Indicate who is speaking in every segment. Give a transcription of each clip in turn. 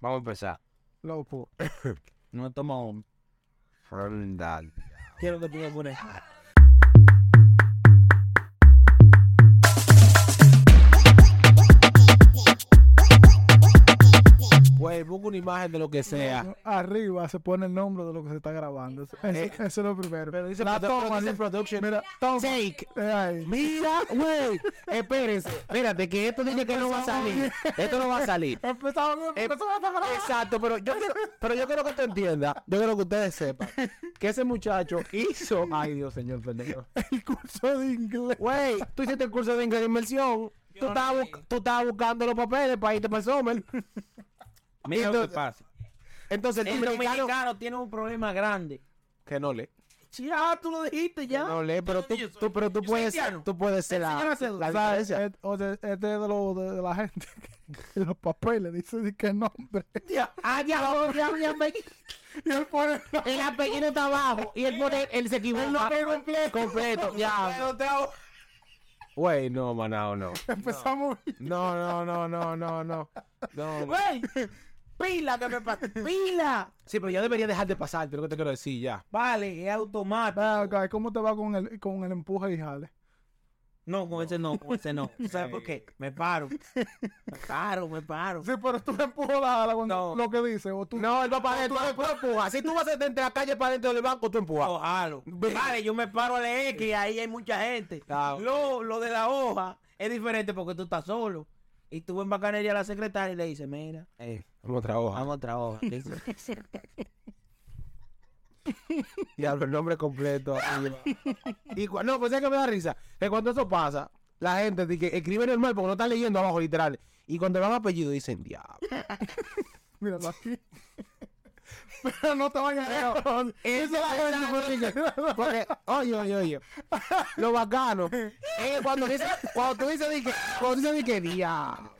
Speaker 1: Vamos a empezar.
Speaker 2: Loco. no toma un.
Speaker 1: Ronda.
Speaker 2: Quiero que tú me pones.
Speaker 1: Güey, busca una imagen de lo que sea.
Speaker 3: Arriba se pone el nombre de lo que se está grabando. Eso, eso es lo primero.
Speaker 2: Pero dice
Speaker 3: la
Speaker 2: produ-
Speaker 3: toma,
Speaker 2: dice
Speaker 3: dice-
Speaker 2: production.
Speaker 3: Mira, toma.
Speaker 2: Take.
Speaker 3: Eh, ahí.
Speaker 1: Mira, güey. Espérense. Espérate, que esto dice que no va a salir. Esto no va a salir.
Speaker 3: Empezaba bien,
Speaker 1: Eh,
Speaker 3: porque eso va a estar grabado.
Speaker 1: Exacto, pero yo, quiero, pero yo quiero que te entienda. Yo quiero que ustedes sepan que ese muchacho hizo. Ay, Dios, señor pendejo.
Speaker 3: El curso de inglés.
Speaker 1: Güey, tú hiciste el curso de inglés de inmersión. Tú estabas, bu- tú estabas buscando los papeles para irte para el summer.
Speaker 2: Mira lo que
Speaker 1: Entonces-
Speaker 2: pasa.
Speaker 1: Entonces, el
Speaker 2: El
Speaker 1: dominicano.
Speaker 2: dominicano tiene un problema grande.
Speaker 1: Que no lee.
Speaker 2: Ya, tú lo dijiste ya.
Speaker 1: No lee, pero tú, tú, pero tú puedes, tú puedes ser la.
Speaker 2: Enseña ah, la cédula.
Speaker 1: la
Speaker 3: ¿Sabes?
Speaker 1: diferencia.
Speaker 3: Et- o de- Este es de, lo, de, de la gente que los papeles dice de qué nombre.
Speaker 2: Ya. Ah, ya, ya, ya, me-
Speaker 3: Y él pone el nombre.
Speaker 1: El apellido está abajo y él pone, él se equivoca. completo. Ah, Completo, ya. Güey, no, manao, no.
Speaker 3: Empezamos. bien.
Speaker 1: No, no, no, no, no, no. No.
Speaker 2: Güey. Pila, que me pasa. Pila.
Speaker 1: Sí, pero ya debería dejar de pasarte, lo que te quiero decir, ya.
Speaker 2: Vale, es automático.
Speaker 1: Ah.
Speaker 3: Ve acá, ¿Cómo te va con el, con el empuje y jale?
Speaker 2: No, con ese no, con ese no. ¿Sabes por qué? Me paro. Me paro, me paro.
Speaker 3: Sí, pero tú le empujas la ala cuando
Speaker 2: No.
Speaker 3: lo que dice. O tú,
Speaker 1: No, él va para adentro, tú empujas. Si tú vas de entre la calle para adentro del banco, tú empujas.
Speaker 2: Ojalá. Vale, yo me paro a leer que ahí hay mucha gente.
Speaker 1: Claro.
Speaker 2: Lo, lo de la hoja es diferente porque tú estás solo. Y tú en bacanería a la secretaria y le dices, mira,
Speaker 1: Eh, vamos a trabajar.
Speaker 2: vamos a otra hoja. Le dice,
Speaker 1: Diablo, el nombre completo. arriba. y cua- no, pues es que me da risa. Que cuando eso pasa, la gente di que escribe normal porque no están leyendo abajo, literal. Y cuando van apellido dicen, diablo.
Speaker 3: míralo aquí. pero no te vayas a
Speaker 1: Eso es la gente, porque- porque, oye, oye, oye. Lo bacano es cuando, dice, cuando tú dices, di que, cuando tú dices di que diablo.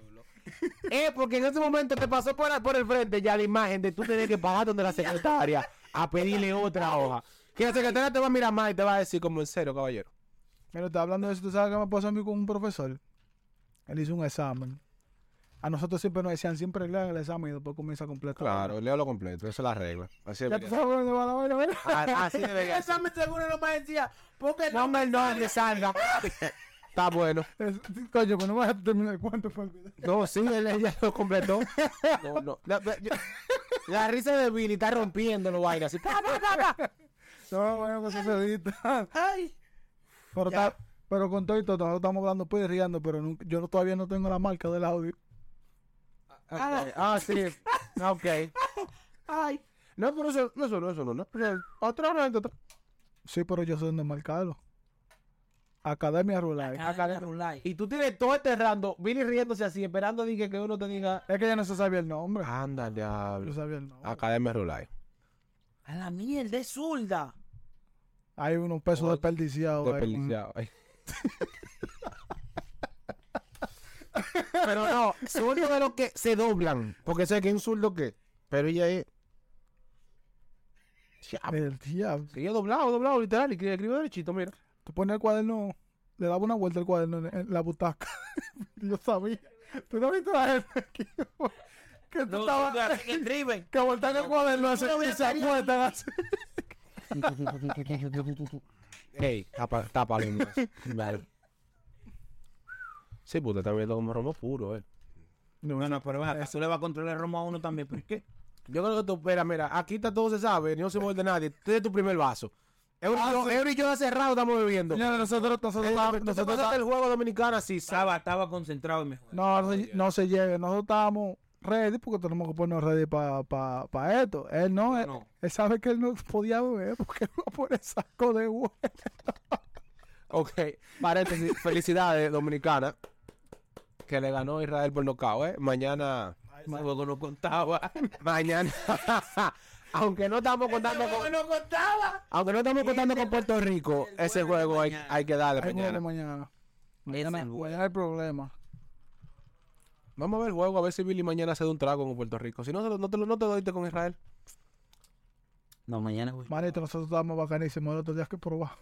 Speaker 1: Es porque en ese momento te pasó por, por el frente ya la imagen de tú tener que pagar donde la secretaria a pedirle otra hoja. Que la secretaria te va a mirar más y te va a decir como en serio, caballero.
Speaker 3: Mira, está hablando de eso. ¿Tú sabes qué me pasó a mí con un profesor? Él hizo un examen. A nosotros siempre nos decían, siempre lea el examen y después comienza a completar.
Speaker 1: leo lo completo, esa es la regla. Así
Speaker 3: Ya tú sabes por dónde va la vaina, ¿verdad?
Speaker 1: Ah, Así debería ser.
Speaker 2: Examen seguro no me decía, porque no,
Speaker 1: Ponme el nombre, salga. Está bueno.
Speaker 3: Es- Coño, pues no me vas a terminar cuánto fue el pues, video.
Speaker 1: No, sí, él ella lo completó. No, no. La, la- yo- la risa de Billy está rompiendo los vainas. así, pa, pa, pa, pa.
Speaker 3: No, bueno, que eso se edita.
Speaker 2: ay,
Speaker 3: Pero,
Speaker 2: Ya.
Speaker 3: está- pero con todo y todo, nosotros estamos hablando pues y riendo, pero nunca- yo no- todavía no tengo la marca del audio.
Speaker 1: Ok, Ah, sí. Ok.
Speaker 2: ay.
Speaker 1: No, pero eso no, eso no, eso no. no. Otra hora, otra.
Speaker 3: Sí, pero yo sé dónde marcarlo. Academia Rural.
Speaker 2: Acá de un like.
Speaker 1: Y tú tienes todo este rando, Billy riéndose así, esperando dije, que uno te diga.
Speaker 3: Es que ya no se sabía el nombre.
Speaker 1: Ándale,
Speaker 3: No
Speaker 1: hablo.
Speaker 3: sabía el nombre.
Speaker 1: Academia Rulay.
Speaker 2: A la mierda, es zurda.
Speaker 3: Hay unos pesos desperdiciados. ahí.
Speaker 1: Pero no, zurdo de los que se doblan. Porque sé que es un zurdo que. Pero ella es.
Speaker 3: Mm, El diablo.
Speaker 1: Que yo doblado, doblado, literal. Y que escribe derechito, mira.
Speaker 3: Tú pones el cuaderno, le daba una vuelta al cuaderno en, en la butaca. yo sabía. Tú no viste a él que, que tú
Speaker 2: No,
Speaker 3: estabas.
Speaker 2: zurda, así que driven.
Speaker 3: Que voltean el cuaderno así,
Speaker 2: no voy a
Speaker 3: y se
Speaker 2: estar ahí.
Speaker 3: acuestan así.
Speaker 1: Ey, tapa, tapa Vale. Sí, puta, está viendo como romo puro, eh.
Speaker 2: No, no, pero baja, tú le vas a controlar el romo a uno también, ¿por qué?
Speaker 1: Yo creo que tú, espera, mira, aquí está todo se sabe, no se muerde nadie. Este es tu primer vaso. Eury
Speaker 2: Ah,
Speaker 1: y yo- Eury y yo hace rato estamos bebiendo. Eh,
Speaker 3: Señores, nosotros,
Speaker 2: Eh,
Speaker 3: nosotros,
Speaker 1: Nosotros
Speaker 3: estábamos- nosotros
Speaker 1: nosotros el juego dominicano así, sabe.
Speaker 2: Estaba, estaba concentrado y me
Speaker 3: está- no, no, se- no se lleve. Nosotros estábamos ready porque tenemos que ponernos ready para pa, pa esto. Él no, él,
Speaker 2: No.
Speaker 3: él sabe que él no podía beber porque él va a poner saco de huevo.
Speaker 1: Ok, paréntesis, felicidades, dominicana. Que le ganó Israel por nocao, eh. Mañana.
Speaker 2: Ese juego no contaba.
Speaker 1: Mañana. aunque no estamos contando con.
Speaker 2: no contaba.
Speaker 1: Aunque no estamos contando con Puerto Rico, ese juego hay, hay que darle
Speaker 3: Hay uno de
Speaker 1: mañana.
Speaker 3: mañana.
Speaker 2: Ese juego.
Speaker 3: Mañana hay problema.
Speaker 1: Vamos a ver el juego, a ver si Billy mañana se da un trago con Puerto Rico. Si no, se lo- no te, lo- no te lo diste con Israel.
Speaker 2: No, mañana voy.
Speaker 3: Manito, nosotros estábamos bacanísimos el otro día que probamos.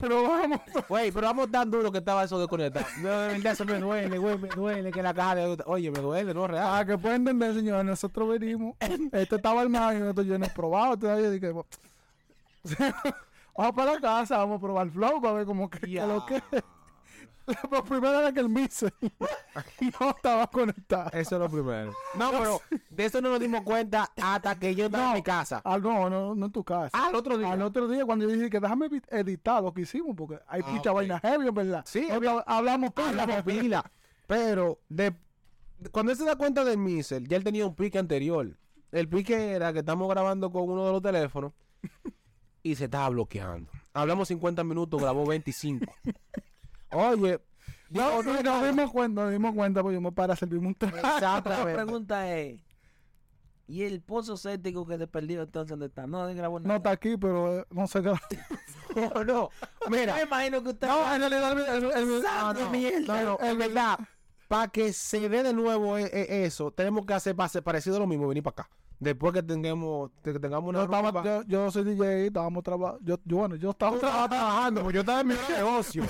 Speaker 1: Pero vamos.
Speaker 2: Güey, pero vamos tan duro que estaba eso desconectado.
Speaker 1: No, de verdad, eso me duele, güey, me duele que la caja de... Oye, me duele, no, real.
Speaker 3: Ah, que pueden entender, señores, nosotros venimos. Este estaba armado y nosotros yo no he probado todavía. Dije, "Bo- vamos para la casa, vamos a probar flow para ver cómo que, que
Speaker 1: Ya.
Speaker 3: lo que es". La primera vez que el miser no estaba conectado.
Speaker 1: Eso es lo primero. No, pero de eso no nos dimos cuenta hasta que yo estaba en mi casa.
Speaker 3: Ah, no, no, no en tu casa.
Speaker 1: Ah, el otro día.
Speaker 3: Al otro día, cuando yo dije que déjame vi- editar lo que hicimos, porque hay
Speaker 1: Ah,
Speaker 3: mucha
Speaker 1: ok.
Speaker 3: vaina heavy, en ¿verdad?
Speaker 1: Sí,
Speaker 3: Porque hablamos
Speaker 1: Ah, la
Speaker 3: pila.
Speaker 1: pila. Pero de, cuando él se da cuenta del mísel, ya él tenía un pique anterior. El pique era que estamos grabando con uno de los teléfonos y se estaba bloqueando. Hablamos 50 minutos, grabó 25. Oye,
Speaker 3: No, no, nos dimos cuenta, nos dimos cuenta, porque yo me para a servirme un trago.
Speaker 2: La
Speaker 1: exactamente.
Speaker 2: pregunta es: ¿y el pozo séptico que se perdió entonces dónde está? No, no grabó
Speaker 3: No
Speaker 2: nada.
Speaker 3: está aquí, pero eh, no sé qué.
Speaker 1: No, no. Mira,
Speaker 2: Me imagino que usted.
Speaker 1: No, en realidad, el- el- el-
Speaker 2: ¡Santo
Speaker 1: no, no,
Speaker 2: mierda!
Speaker 1: no, no, en verdad, para que se dé de nuevo e- e- eso, tenemos que hacer pase- parecido a lo mismo, venir para acá. Después que tengamos, que tengamos una
Speaker 3: Yo, estaba-
Speaker 1: rumba.
Speaker 3: Ah, yo, yo soy DJ, estábamos trabajando. Yo, yo, bueno, yo
Speaker 1: Tú
Speaker 3: estaba trabajando.
Speaker 1: estabas trabajando, pues yo estaba en mi negocio.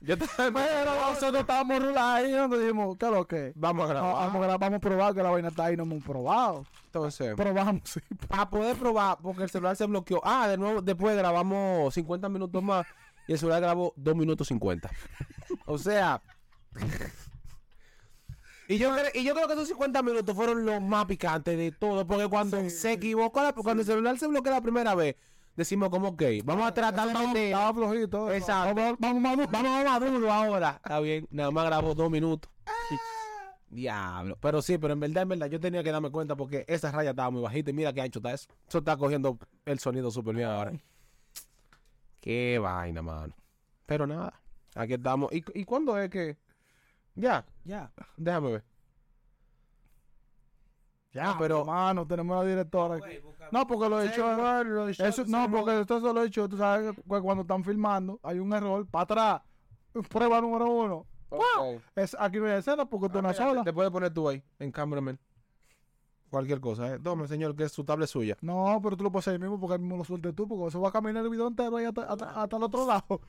Speaker 1: yo estaba en mi
Speaker 3: Pero nosotros estábamos rulando y nosotros dijimos, ¿qué es lo que?
Speaker 1: Vamos a
Speaker 3: No, ah.
Speaker 1: grabar.
Speaker 3: Vamos, a gra- vamos a probar que la vaina está ahí, no hemos probado.
Speaker 1: Entonces,
Speaker 3: Probamos, sí.
Speaker 1: para poder probar, porque el celular se bloqueó. Ah, de nuevo, después grabamos 50 minutos más y el celular grabó 2 minutos 50. O sea. Y yo, cre- y yo creo que esos 50 minutos fueron los más picantes de todo, porque cuando se equivocó, la- cuando el celular se bloqueó la primera vez, decimos como, ok, vamos a tratar de
Speaker 3: Estábamos-
Speaker 1: meter-
Speaker 3: Estaba flojito. eso.
Speaker 1: Exacto.
Speaker 3: Vamos, vamos, vamos.
Speaker 1: Vamos a Maduro ahora. Está bien, nada más grabó dos minutos. Diablo. Pero sí, pero en verdad, en verdad, yo tenía que darme cuenta porque esa raya estaba muy bajita y mira qué ancho está eso. Eso está cogiendo el sonido súper bien ahora. Qué vaina, mano. Pero nada, aquí estamos. ¿Y, y cuándo es que...? Ya,
Speaker 2: Ya.
Speaker 1: déjame ver.
Speaker 3: Ya,
Speaker 1: pero-
Speaker 3: pero. Mano, tenemos la directora aquí. No, porque lo he hecho. Eso, no, porque esto solo he hecho. Tú sabes que cu- cuando están filmando, hay un error para atrás. Prueba número uno.
Speaker 1: Ok.
Speaker 3: Es, aquí no hay escena porque tú
Speaker 1: Ah,
Speaker 3: una
Speaker 1: mira,
Speaker 3: sola.
Speaker 1: Te puedes poner tú ahí, en cameraman. Cualquier cosa, ¿eh? Tome, señor, que es su tablet suya.
Speaker 3: No, pero tú lo puedes hacer ahí mismo porque ahí mismo lo sueltes tú, porque eso va a caminar el video entero ahí hasta, hasta- hasta el otro lado.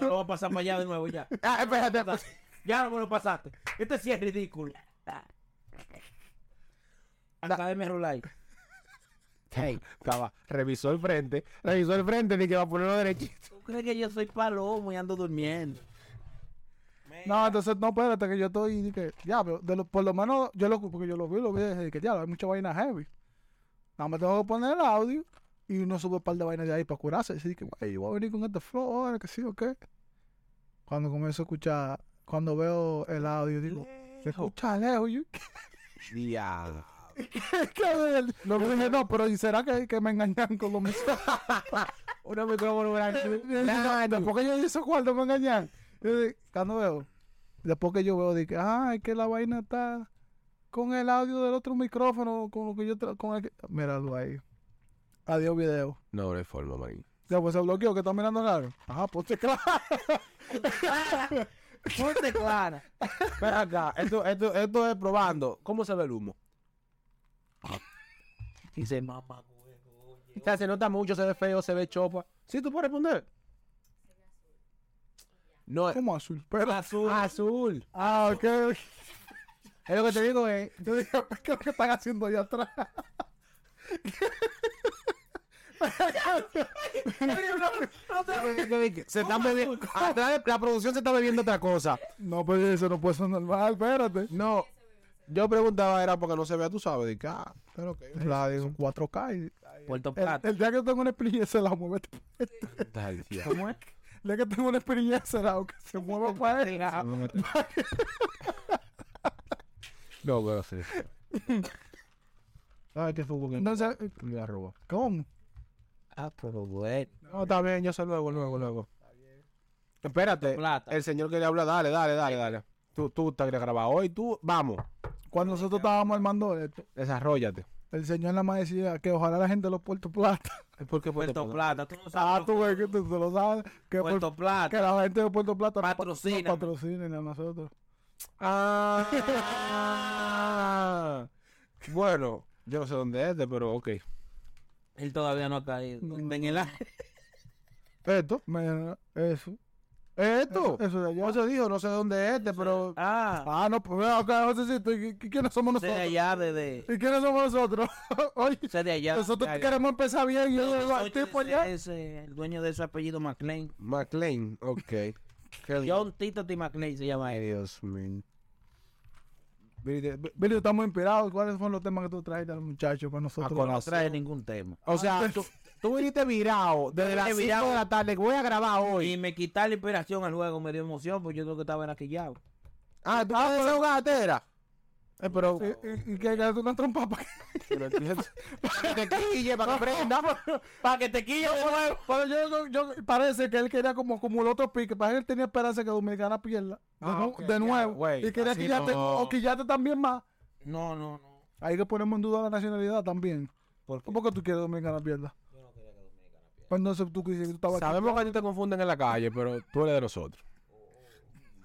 Speaker 2: No lo voy a pasar para allá de nuevo ya.
Speaker 1: Ah, espérate.
Speaker 2: Ya no me lo pasaste. Este sí es ridículo. Academia Rulay.
Speaker 1: Hey, estaba, revisó el frente, revisó el frente, ni que va a ponerlo derechito.
Speaker 2: ¿Tú crees que yo soy palomo y ando durmiendo?
Speaker 3: No, entonces no, espérate que yo estoy y que, ya, pero de lo- por lo menos yo lo porque yo lo vi, lo vi desde que ya, hay mucha vaina heavy. Nada más tengo que poner el audio y uno sube un par de vainas de ahí para curarse. Y decir que, güey, yo voy a venir con este flow ahora, que sí o qué. Cuando comienzo a escuchar, cuando veo el audio, digo, se escucha lejos. Yo,
Speaker 1: Diablo.
Speaker 3: no, dije, no, pero ¿y será que, que me engañan con los mismos?
Speaker 1: Uno micrófono grande.
Speaker 3: Después que yo hice cuarto me engañan. Yo dije, Cuando veo, después que yo veo, dije, ah, es que la vaina está con el audio del otro micrófono, con lo que yo tra- con el que... Míralo ahí. Adiós video.
Speaker 1: No, no hay forma, marín.
Speaker 3: Ya, pues se bloqueó, que está mirando raro. Ajá, pues te claro.
Speaker 2: Ponte clara.
Speaker 1: Espera acá, esto, esto, esto es probando. ¿Cómo se ve el humo?
Speaker 2: Dice mamá, güey.
Speaker 1: O sea, se nota mucho, se ve feo, se ve chopa. Sí, tú puedes responder. No, es
Speaker 3: ¿Cómo azul? Pero...
Speaker 2: Azul.
Speaker 1: azul.
Speaker 3: Ah, ok. ok.
Speaker 1: Es lo que te digo, es.
Speaker 3: Yo dije, "Pues, ¿qué es lo que están haciendo allá atrás?
Speaker 1: Se están bebiendo. atrás de- La producción se está bebiendo otra cosa.
Speaker 3: No, pues eso no puede ser normal, espérate.
Speaker 1: No. Yo preguntaba, era porque no se vea, tú sabes. Dije, ah, pero que.
Speaker 3: La de 4K. y-
Speaker 2: Puerto
Speaker 3: El,
Speaker 2: Plata.
Speaker 3: el día que tengo una experiencia se la mueve.
Speaker 2: ¿Cómo es?
Speaker 3: El día que tengo una experiencia se la que se mueva para el
Speaker 1: Ah,
Speaker 3: lado.
Speaker 1: No, pero sí. Ay, qué fútbol que
Speaker 3: Entonces,
Speaker 1: me la robó.
Speaker 3: ¿cómo?
Speaker 2: Ah, pero bueno.
Speaker 1: No, está bien, yo sé luego, luego, luego. Espérate,
Speaker 2: Plata.
Speaker 1: el señor que le habla, dale, dale, dale, dale. Tú, tú estás grabado hoy, tú, vamos,
Speaker 3: Cuando nosotros estábamos armando esto,
Speaker 1: desarrollate.
Speaker 3: el señor nada más decía que ojalá la gente de los Puerto Plata.
Speaker 1: ¿Por qué Puerto
Speaker 2: Puerto
Speaker 1: Plata?
Speaker 2: Plata. Tú no
Speaker 3: Ah,
Speaker 2: sabes.
Speaker 3: tú ves que tú, tú lo sabes. Que, por-
Speaker 2: Puerto Plata.
Speaker 3: que la gente de Puerto Plata nos pa-
Speaker 2: Patrocina.
Speaker 3: nos patrocinen a nosotros.
Speaker 1: Ah, bueno, yo no sé dónde es, este, pero ok.
Speaker 2: Él todavía no ha caído.
Speaker 3: No.
Speaker 2: En el aire.
Speaker 1: Esto.
Speaker 3: Me- eso.
Speaker 1: Esto.
Speaker 3: Eso de allá.
Speaker 1: José dijo, no sé dónde es este, pero.
Speaker 2: Ah,
Speaker 3: Ah, no, pues vea acá, Josecito, ¿y qui- quiénes somos
Speaker 2: se de
Speaker 3: nosotros?
Speaker 2: allá, desde.
Speaker 3: ¿Y quiénes somos nosotros? Oye,
Speaker 2: Se de allá.
Speaker 3: nosotros
Speaker 1: ya, ya.
Speaker 3: queremos empezar bien y
Speaker 2: Oye, eh.
Speaker 3: yo digo, tipo
Speaker 2: ese-
Speaker 3: allá.
Speaker 2: ese, el dueño de su apellido McLean.
Speaker 1: McLean, ok. Qué lindo.
Speaker 2: John Tito T. McLean se llama
Speaker 1: Ay,
Speaker 2: él.
Speaker 1: Dios mío.
Speaker 3: Billy, Billy, estamos inspirados. ¿Cuáles fueron los temas que tú traes al muchacho para nosotros?
Speaker 1: Ah, con
Speaker 2: No
Speaker 1: razón.
Speaker 2: trae ningún tema.
Speaker 1: O sea, tú, tú viniste virado desde
Speaker 2: Yo
Speaker 1: las
Speaker 2: vine
Speaker 1: 5
Speaker 2: virado.
Speaker 1: de la tarde. que Voy a grabar
Speaker 2: Y
Speaker 1: hoy.
Speaker 2: me quitar la inspiración al juego, me dio emoción, porque yo creo que estaba enaquillado.
Speaker 1: Ah, tú vas a jugar gatera. Eh, pero.
Speaker 3: ¿Y, y, y qué? ¿Que tú una trompa para
Speaker 1: pero entiendo. Para que te quille, para que prenda.
Speaker 2: Para que te quille de nuevo.
Speaker 3: Pero yo, yo- yo- parece que él quería como, como el otro pique. Parece que él tenía esperanza que Dominicana pierda. De,
Speaker 1: Ah,
Speaker 3: nu-
Speaker 1: ok,
Speaker 3: de
Speaker 1: ya,
Speaker 3: nuevo.
Speaker 1: güey,
Speaker 3: y quería
Speaker 1: así
Speaker 3: quillarte,
Speaker 1: no.
Speaker 3: o quillarte también más.
Speaker 2: No, no, no.
Speaker 3: Ahí que ponemos en duda la nacionalidad también.
Speaker 2: ¿Por qué?
Speaker 3: ¿Cómo que tú quieres Dominicana pierda? Yo no quería que Dominicana pierda. Entonces tú dices que tú estabas aquí.
Speaker 1: Sabemos que a ti te confunden en la calle, pero tú eres de nosotros.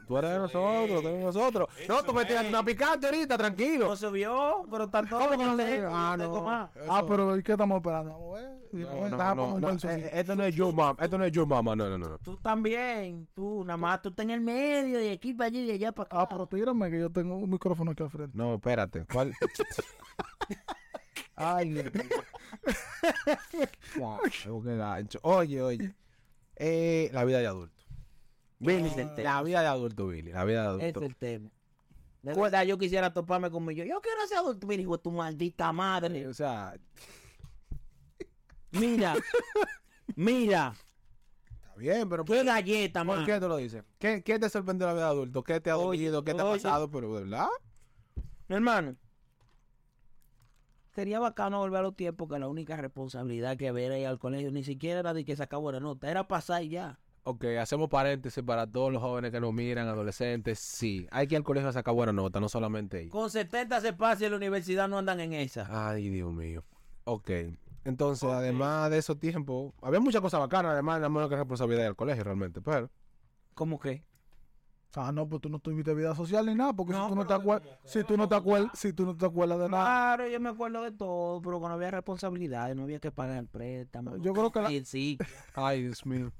Speaker 1: Tú eres de nosotros, tú eres de nosotros. No, tú me tiras una picante ahorita, tranquilo.
Speaker 2: No se vio, pero está todo.
Speaker 1: ¿Cómo que no se
Speaker 2: contento,
Speaker 1: vio? Ah,
Speaker 2: no tengo
Speaker 1: no.
Speaker 2: más.
Speaker 3: Ah, pero ¿y qué estamos esperando? Vamos a ver. Y
Speaker 1: No,
Speaker 3: vamos,
Speaker 1: no,
Speaker 3: dejamos
Speaker 1: no,
Speaker 3: un
Speaker 1: no,
Speaker 3: verso así.
Speaker 1: eh, esto no es yo, mamá. Esto no es yo, mamá. No, no, no.
Speaker 2: Tú también, tú, nada más, tú estás en el medio, de aquí para allí, de allá para acá.
Speaker 3: Ah, pero tírame que yo tengo un micrófono aquí al frente.
Speaker 1: No, espérate. ¿Cuál? Ay, Dios mío. Guau, qué gancho. Oye, oye. Eh, la vida de adulto. Billy, la vida de adulto, Billy. La vida de
Speaker 2: Ese
Speaker 1: adulto.
Speaker 2: es el tema. De verdad, yo quisiera toparme con mi yo. Yo quiero ser adulto. Mira, hijo de tu maldita madre.
Speaker 1: O sea,
Speaker 2: Mira, mira,
Speaker 1: está bien, pero
Speaker 2: qué galleta,
Speaker 1: ¿por
Speaker 2: man.
Speaker 1: qué tú lo dices? ¿Qué, qué te sorprendió la vida de adulto? ¿Qué te ha dolido? ¿Qué te ha
Speaker 2: oye.
Speaker 1: pasado? Pero, ¿de ¿verdad?
Speaker 2: Mi hermano, sería bacano volver a los tiempos que la única responsabilidad que había era ir al colegio. Ni siquiera era de que sacaba buena nota, era pasar y ya.
Speaker 1: Ok, hacemos paréntesis para todos los jóvenes que nos miran, adolescentes. Sí, hay que ir al colegio a sacar buena nota, no solamente ahí.
Speaker 2: Con 70 se pasa y en la universidad no andan en esa.
Speaker 1: Ay, Dios mío. Ok. Entonces, además de esos tiempos, había muchas cosas bacanas, además, nada menos que responsabilidad del colegio realmente, pero.
Speaker 2: ¿Cómo que?
Speaker 3: Ah, no, pues tú no tuviste vida social ni nada, porque
Speaker 2: No,
Speaker 3: si tú no te
Speaker 2: pero
Speaker 3: acuerdas, si tú no te acuerdas, si tú no te acuerdas de
Speaker 1: Ah.
Speaker 3: nada,
Speaker 2: Claro, yo me acuerdo de todo, pero cuando había responsabilidades, no había que pagar el préstamo.
Speaker 3: Yo creo que la-
Speaker 2: Sí, sí.
Speaker 1: Ay, Dios mío.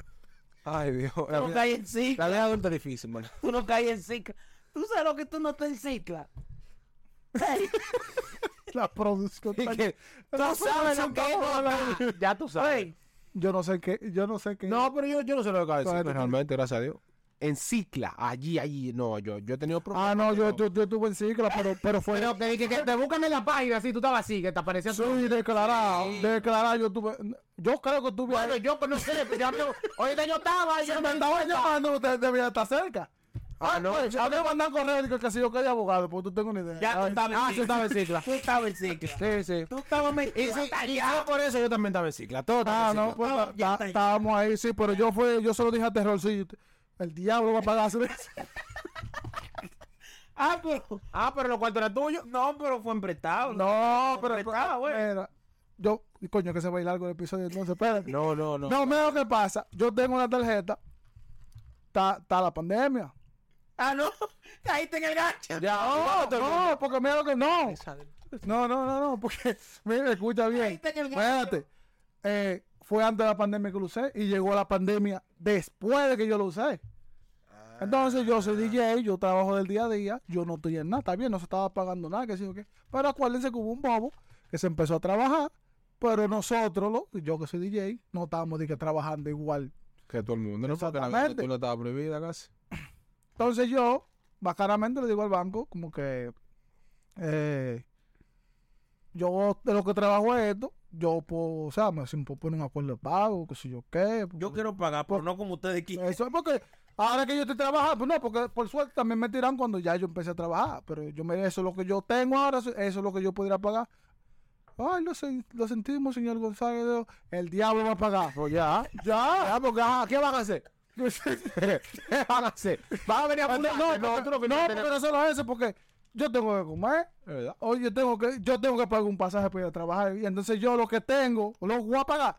Speaker 1: Ay, Dios. La
Speaker 2: Tú no
Speaker 1: vida,
Speaker 2: caes en cicla,
Speaker 1: la vida adulta es difícil, man.
Speaker 2: tú no caes en cicla. Tú sabes lo que tú no estás en cicla. Ey,
Speaker 3: la producción.
Speaker 1: Y que-
Speaker 2: Tú sabes lo que es nota.
Speaker 1: ya tú sabes.
Speaker 2: Ey,
Speaker 3: Yo no sé qué, yo no sé qué.
Speaker 1: No, pero yo, yo no sé lo que acabo de decir,
Speaker 3: Todavía tú-
Speaker 1: realmente, gracias a Dios. En cicla, allí, allí. No, yo, yo he tenido problemas.
Speaker 3: Ah, no, yo, yo, yo estuve en cicla, pero, pero fue.
Speaker 1: que, te buscan en la página, si tú estabas así, que te aparecía
Speaker 3: Sí, declarado, declarado, yo tuve, yo creo que tuve.
Speaker 1: Bueno, yo no sé, ya me- ahorita yo estaba, yo
Speaker 3: Se me andaba llamando, usted debía estar cerca.
Speaker 1: Ah, no.
Speaker 3: Oye, A mí me mandan correo, digo que si yo quería abogado, porque tú tengo una idea.
Speaker 2: Ya tú
Speaker 3: Ay,
Speaker 2: estabas en
Speaker 3: ah, yo
Speaker 2: cicla.
Speaker 3: estaba en cicla.
Speaker 2: tú estabas en cicla.
Speaker 1: Sí, sí.
Speaker 2: Tú estabas
Speaker 1: Y
Speaker 2: metido.
Speaker 1: sí, quizá por eso yo también estaba en cicla. Todo estaba
Speaker 3: Ah,
Speaker 1: en
Speaker 3: no,
Speaker 1: cicla.
Speaker 3: pues
Speaker 2: Ah, ya
Speaker 3: ta-
Speaker 2: está.
Speaker 3: estábamos ahí, sí, pero yo fue, yo solo dije a Terrorcillo, el diablo va a pagar eso.
Speaker 2: Ah, pero.
Speaker 1: Ah, pero lo cual era tuyo.
Speaker 2: No, pero fue emprestado.
Speaker 3: No, pero
Speaker 2: Apretaba, güey.
Speaker 3: mira, yo, coño, que se va a ir largo el episodio, entonces, espérate.
Speaker 1: No, no, no.
Speaker 3: No, mira lo que pasa, yo tengo una tarjeta, está está la pandemia.
Speaker 2: Ah, no. Caíste en el gancho.
Speaker 1: Ya,
Speaker 3: oh, No, no, porque mira lo que no. No, no, no, no, porque, mira, escucha
Speaker 2: Ahí
Speaker 3: bien.
Speaker 2: está en el gancho.
Speaker 3: Espérate, eh, fue antes de la pandemia que lo usé y llegó la pandemia después de que yo lo usé.
Speaker 1: Ah.
Speaker 3: Entonces yo soy DJ, yo trabajo del día a día, yo no estoy en nada, está bien, no se estaba pagando nada, que sí o qué. Pero acuérdense que hubo un bobo que se empezó a trabajar, pero nosotros, lo- yo que soy DJ, no estábamos de que trabajando igual.
Speaker 1: Que todo el mundo, ¿no? Porque la
Speaker 3: Exactamente.
Speaker 1: tú no estaba prohibida casi.
Speaker 3: Entonces yo, bacanamente le digo al banco, como que eh, yo de lo que trabajo es esto, yo puedo, o sea, me, si me puedo poner un acuerdo de pago, que si yo qué. pues,
Speaker 2: Yo quiero pagar, pero no como ustedes quieren.
Speaker 3: Eso es porque ahora que yo estoy trabajando, pues no, porque por suerte también me tiran cuando ya yo empecé a trabajar, pero yo me, eso es lo que yo tengo ahora, eso, eso es lo que yo pudiera pagar. Ay, lo, sen- lo sentimos, señor González, el diablo va a pagar.
Speaker 1: Pues ya.
Speaker 3: Ya.
Speaker 1: Ya, porque, ajá, ¿qué van a hacer? ¿Qué van a hacer? ¿Van a venir a
Speaker 3: No,
Speaker 1: fundar?
Speaker 3: no, no, porque no solo eso, porque yo tengo que comer.
Speaker 1: ¿Verdad?
Speaker 3: O yo tengo que, yo tengo que pagar un pasaje para ir a trabajar. Y entonces yo lo que tengo, lo voy a pagar.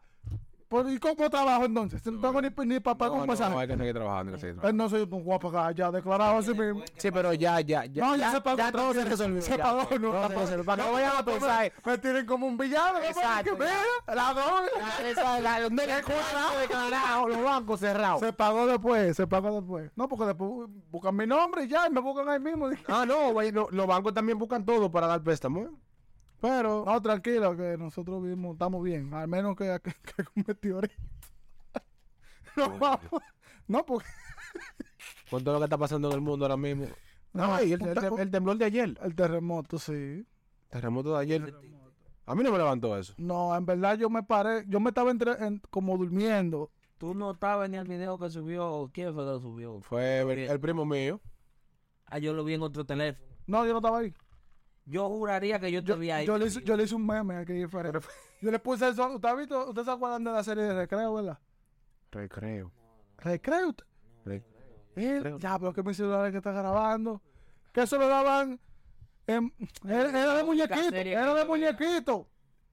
Speaker 3: Pero, ¿Y cómo trabajo entonces? No tengo ni, ni para
Speaker 1: Ah,
Speaker 3: pagar
Speaker 4: No,
Speaker 3: un
Speaker 4: no,
Speaker 3: pasaje.
Speaker 4: hay que seguir trabajando. hay que seguir trabajando.
Speaker 3: Eh, no soy un guapo acá, ya declarado así mismo.
Speaker 1: Sí, pero ya, ya, ya.
Speaker 3: No, ya se pagó,
Speaker 1: Ya todo se
Speaker 3: tranquilo.
Speaker 1: resolvió.
Speaker 3: Se
Speaker 1: ya.
Speaker 3: pagó, no,
Speaker 1: Todo se
Speaker 3: tampoco.
Speaker 1: resolvió. Para que no vayan a pensar.
Speaker 3: Me tienen como un villano. ¿no?
Speaker 1: Exacto,
Speaker 3: Porque,
Speaker 1: ya.
Speaker 3: mira, la doble.
Speaker 2: Ah,
Speaker 1: la- esa- la- ¿Dónde está el cuadrado declarado? Los bancos cerrados.
Speaker 3: Se pagó después, se pagó después. No, porque después buscan mi nombre y ya, y me buscan ahí mismo.
Speaker 1: Ah, no, güey, lo- los bancos también buscan todo para dar préstamo. ¿eh? Pero.
Speaker 3: No, tranquilo, que nosotros mismos estamos bien. Al menos que, que, que un meteorito. No, vamos. No, porque.
Speaker 1: Con todo lo que está pasando en el mundo ahora mismo.
Speaker 3: No,
Speaker 1: Ay, el,
Speaker 3: un
Speaker 1: el-
Speaker 3: ta-
Speaker 1: el temblor de ayer.
Speaker 3: El terremoto, sí.
Speaker 1: Terremoto de ayer. A mí no me levantó eso.
Speaker 3: No, en verdad yo me paré, yo me estaba entre, en- como durmiendo.
Speaker 2: Tú no estabas en el video que subió. ¿Quién fue que lo subió?
Speaker 4: Fue el, el primo mío.
Speaker 2: Ah, yo lo vi en otro teléfono.
Speaker 3: No, yo no estaba ahí.
Speaker 2: Yo juraría que yo te
Speaker 3: Yo,
Speaker 2: vi ahí.
Speaker 3: yo le, hice, yo le hice un meme aquí diferente. Yo le puse eso. ¿Usted, ha visto, usted se acuerdan de la serie de Recreo, verdad?
Speaker 4: Recreo.
Speaker 3: ¿Recreo?
Speaker 4: Re-
Speaker 3: Eh,
Speaker 4: Creo.
Speaker 3: ya, pero que mi celular es que está grabando. Que eso lo daban. em, era, era de muñequito.
Speaker 2: serie
Speaker 3: Era de
Speaker 2: que yo veía.
Speaker 3: muñequito.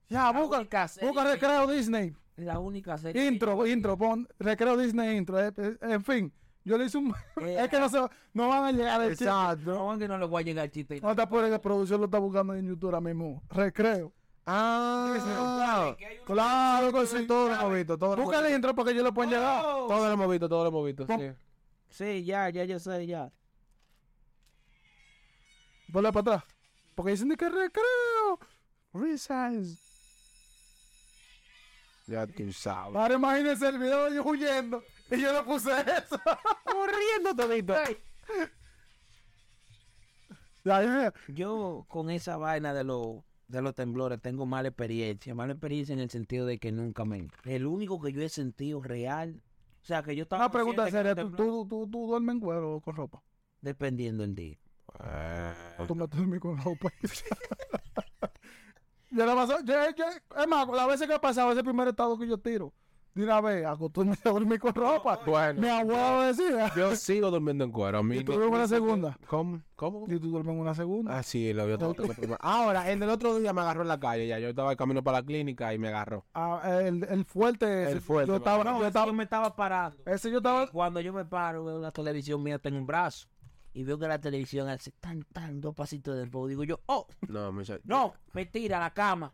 Speaker 3: Ya,
Speaker 2: La
Speaker 3: busca,
Speaker 2: única serie
Speaker 3: busca
Speaker 2: que-
Speaker 3: Recreo Disney.
Speaker 2: La única serie.
Speaker 3: Intro, intro, pon Recreo Disney intro. eh, eh, en fin, yo le hice un.
Speaker 2: Era.
Speaker 3: es que no, se, no van a llegar el chiste.
Speaker 2: No, es que no le voy a llegar el chiste.
Speaker 3: No está por el producción lo está buscando en YouTube ahora mismo. Recreo.
Speaker 1: Ah,
Speaker 3: Claro que sí.
Speaker 1: todo lo hemos visto. Todo lo hemos
Speaker 3: Busca el intro para que yo lo pueda llegar.
Speaker 1: visto. Todo lo hemos visto, todo lo hemos visto. Sí.
Speaker 2: Oh. Sí, ya, ya, ya sé, ya.
Speaker 3: Vuelve para atrás. Porque dicen de que recreo.
Speaker 4: Ya tú sabes.
Speaker 3: Ahora imagínense el video de ellos huyendo. Y yo le puse eso.
Speaker 1: Corriendo todito.
Speaker 3: ya, ya, ya.
Speaker 2: Yo con esa vaina de los de los temblores tengo mala experiencia, mala experiencia en el sentido de que nunca me. El único que yo he sentido real, o sea que yo estaba.
Speaker 3: Una pregunta
Speaker 2: consciente que
Speaker 3: seria.
Speaker 2: los
Speaker 3: ¿Tú,
Speaker 2: temblores-
Speaker 3: tú, tú, tú duermes en cuero o con ropa?
Speaker 2: Dependiendo del día.
Speaker 3: Tú me duermes con ropa. yo la paso, yo, yo, es más, las veces que he pasado ese primer estado que yo tiro, de una vez, acostúmbrate a dormir con ropa.
Speaker 4: Bueno.
Speaker 3: Mi abuelo decía.
Speaker 4: Yo sigo durmiendo en cuero. A mí
Speaker 3: Y tú
Speaker 4: no-
Speaker 3: duermes en la segunda.
Speaker 4: ¿Cómo? ¿Cómo?
Speaker 3: Y tú duermes en una segunda.
Speaker 4: Ah, sí, lo vio todo. Ahora, el del otro día me agarró en la calle. Ya, yo estaba de camino para la clínica y me agarró.
Speaker 3: Ah, el, el fuerte. ese,
Speaker 4: El fuerte,
Speaker 3: Yo estaba,
Speaker 4: ¿verdad?
Speaker 3: yo
Speaker 2: Yo,
Speaker 3: estaba,
Speaker 2: me estaba parando.
Speaker 3: ese yo estaba.
Speaker 2: Cuando yo me paro, veo la televisión mía está en un brazo. Y veo que la televisión hace tan, tan, dos pasitos de poco. Digo yo, oh,
Speaker 4: No, muchacho.
Speaker 2: no, me tira a la cama.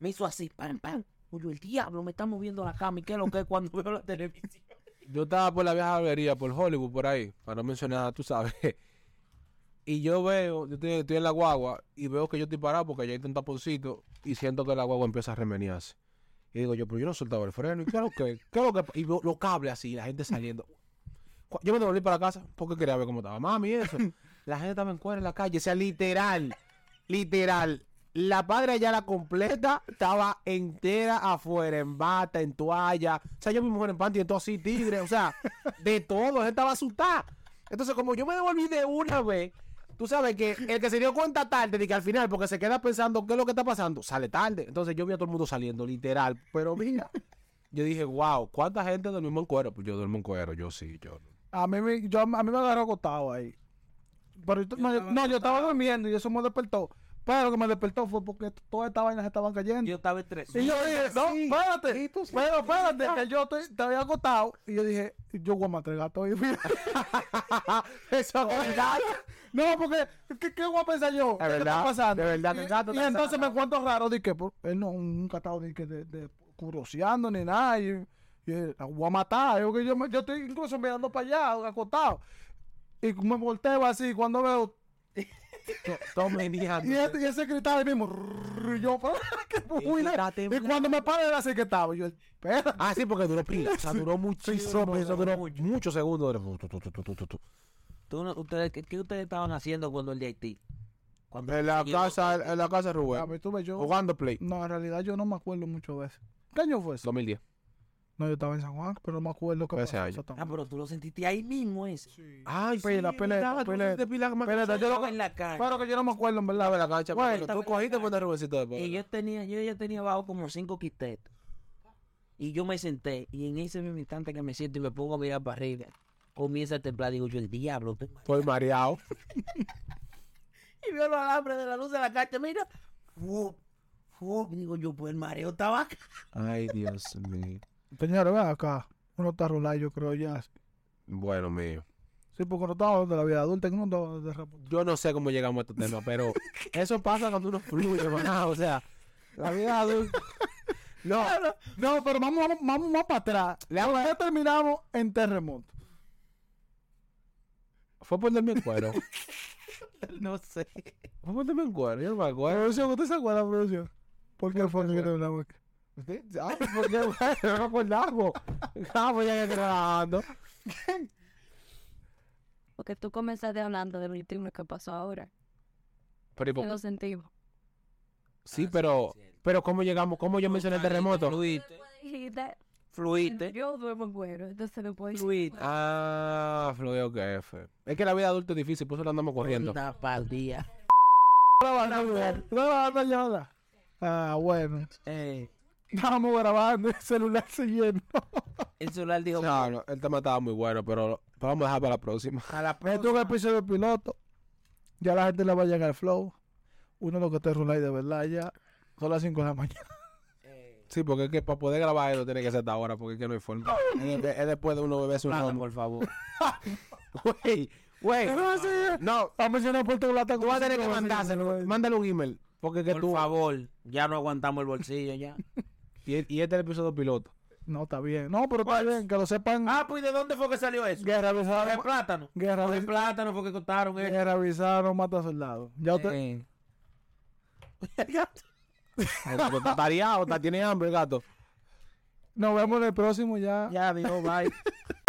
Speaker 2: Me hizo así, pam, pam. Oye, el diablo me está moviendo la cama. ¿Y qué es lo que es cuando veo la televisión?
Speaker 4: Yo estaba por la vieja albería, por Hollywood, por ahí, para no mencionar, tú sabes. Y yo veo, yo estoy, estoy en la guagua y veo que yo estoy parado porque ya hay un taponcito y siento que la guagua empieza a remeniarse. Y digo yo, pero yo no soltaba el freno. ¿Y qué es lo que? qué es lo que? Y veo los cables así, la gente saliendo. Cu- Yo me devolví para la casa porque quería ver cómo estaba. Mami, eso.
Speaker 1: La gente estaba en cuero en la calle. O sea, literal. Literal. La padre ya la completa estaba entera afuera, en bata, en toalla. O sea, yo mi mujer en panty, en todo así, tigre. O sea, de todo. Ella estaba asustada. Entonces, como yo me devolví de una vez, tú sabes que el que se dio cuenta tarde, de que al final, porque se queda pensando qué es lo que está pasando, sale tarde. Entonces, yo vi a todo el mundo saliendo, literal. Pero mira,
Speaker 4: Yo dije, wow, ¿cuánta gente dormimos en cuero? Pues yo duermo en cuero, yo sí, yo.
Speaker 3: A mí, me- yo, a mí me agarró acostado ahí. Pero yo- no, yo, no, yo estaba durmiendo y eso me despertó. Pero lo que me despertó fue porque t- todas estas vainas estaban cayendo.
Speaker 2: Yo estaba estresado.
Speaker 3: y yo dije, no, espérate, pero espérate, que yo estoy, te había acostado. Y yo dije, yo voy a matar el gato. Y fui-
Speaker 1: eso es verdad.
Speaker 3: no, porque, ¿qué, qué voy a pensar yo? ¿Qué
Speaker 1: verdad,
Speaker 3: está pasando?
Speaker 1: de verdad,
Speaker 3: Y-
Speaker 1: el gato
Speaker 3: Y,
Speaker 1: está
Speaker 3: entonces me encuentro raro, de que, por- él no, nunca estaba de, que de, de curioseando ni nada. Y, y él, "La voy a matar. Yo, que yo, me- yo estoy incluso mirando para allá, acostado. Y me volteo así, cuando veo
Speaker 1: Tome,
Speaker 3: Y, este- y ese gritaba ahí mismo. "Rrrr", Y yo, pero, qué buena.
Speaker 1: está
Speaker 3: Y
Speaker 1: temblando.
Speaker 3: cuando me paré era así que estaba. Yo, espera.
Speaker 4: Ah, sí, porque duró pila. O sea, duró muchísimo. Eso duró muchos segundos. Tu, tu, tu, tu, tu, tu, tu.
Speaker 2: Tú no- ustedes, ¿qué, qué ustedes estaban haciendo cuando el de Haití? Cuando
Speaker 4: En la
Speaker 2: Yo-
Speaker 4: casa, en la casa de
Speaker 3: A
Speaker 4: Rubén.
Speaker 3: ver, tú ves, yo.
Speaker 4: Jugando play.
Speaker 3: No, en realidad yo no me acuerdo mucho de eso. ¿Qué año fue eso?
Speaker 4: 2010.
Speaker 3: No, yo estaba en San Juan, pero no me acuerdo qué
Speaker 4: Fue
Speaker 1: Pues
Speaker 4: ese
Speaker 3: pasó.
Speaker 4: año.
Speaker 2: Ah,
Speaker 3: exactamente.
Speaker 2: pero tú lo sentiste ahí mismo, ese.
Speaker 4: Ay,
Speaker 3: Pila,
Speaker 4: sí,
Speaker 3: pila,
Speaker 4: verdad, tú
Speaker 3: pila.
Speaker 4: hiciste pila con más-
Speaker 3: Espérate, yo
Speaker 2: Estaba
Speaker 3: lo-
Speaker 2: en la calle.
Speaker 3: Pero que yo no me acuerdo, en verdad.
Speaker 4: Estaba en la cancha,
Speaker 3: Bueno,
Speaker 4: pero tú cogiste por el Rubéncito de
Speaker 2: Y yo tenía, yo ya tenía abajo como cinco quistetes. Y yo me senté, y en ese mismo instante que me siento y me pongo a mirar para arriba, comienza a temblar, digo yo, el diablo. estoy mal".
Speaker 4: Fue mareado.
Speaker 2: Y veo los alambres de la luz de la calle, mira. Fuop, fuop. Digo yo, pues el mareo estaba acá.
Speaker 4: Ay, Dios mío.
Speaker 3: Señores, ven acá. Uno está rulado, yo creo, ya.
Speaker 1: Bueno, mío.
Speaker 3: Sí, porque no estamos hablando de la vida adulta, que no estamos hablando de rap-
Speaker 1: Yo no sé cómo llegamos a este tema, pero eso pasa cuando uno fluye, maná. O sea, la vida adulta. No,
Speaker 3: No, pero vamos, vamos, vamos más para atrás.
Speaker 5: Le hago
Speaker 3: Ya terminamos en terremoto.
Speaker 1: fue por dormir en cuero.
Speaker 2: No sé.
Speaker 1: Fue por dormir en cuero, yo no me acuerdo.
Speaker 3: Producción, ¿usted se acuerda, producción? ¿Por qué fue que terminamos aquí?
Speaker 5: ¿Usted? Ah, ¿por qué? Bueno, no me acordaba. Ah, pues ya que estoy grabando.
Speaker 6: Porque tú comenzaste hablando del último que pasó ahora.
Speaker 1: Pero, ¿y por-
Speaker 6: En los sentimos.
Speaker 1: Ah, sí, pero, pero ¿cómo llegamos? ¿Cómo yo mencioné el terremoto?
Speaker 2: Fluiste.
Speaker 6: Dijiste,
Speaker 2: Fluiste.
Speaker 6: Yo duermo bueno, entonces no puedo decir.
Speaker 2: Fluiste.
Speaker 1: Ah, fluyó que F. Es que la vida adulta es difícil, por eso la andamos corriendo.
Speaker 2: Una paldía.
Speaker 3: No, no, no, no, no. Ah, bueno.
Speaker 2: Eh,
Speaker 3: Estábamos grabando, el celular se llenó.
Speaker 2: el celular dijo,
Speaker 1: No, no, el tema estaba muy bueno, pero lo vamos a dejar para la próxima.
Speaker 3: A la Esto es un episodio piloto. Ya la gente le va a llegar el flow. Uno lo que está rulado de verdad ya. Son las 5 de la mañana.
Speaker 1: Sí, porque es que para poder grabar esto tiene que ser hasta ahora, porque es que no hay forma. es, de- este, es después de uno beberse un
Speaker 2: "Nada,
Speaker 1: romo.
Speaker 2: por favor.
Speaker 1: Güey, güey. No,
Speaker 3: Ha mencionado Puerto Plata
Speaker 1: tú vas a tener que mandárselo. Mándale un email, porque es que
Speaker 2: Por
Speaker 1: tú...
Speaker 2: favor. Ya no aguantamos el bolsillo ya.
Speaker 1: Y, y este es el episodio piloto.
Speaker 3: No, está bien. No, pero está bien, que lo sepan.
Speaker 2: Ah, pues ¿de dónde fue que salió eso?
Speaker 3: Guerra
Speaker 2: Por el
Speaker 3: avisada.
Speaker 2: plátano.
Speaker 3: Guerra
Speaker 2: Por el
Speaker 3: avisada.
Speaker 2: plátano fue que cortaron eh.
Speaker 3: Guerra avisada no mata soldado. Ya usted.
Speaker 2: Eh.
Speaker 1: Está tareado, está- tiene hambre el gato.
Speaker 3: Nos vemos en el próximo ya.
Speaker 2: Ya dijo, bye.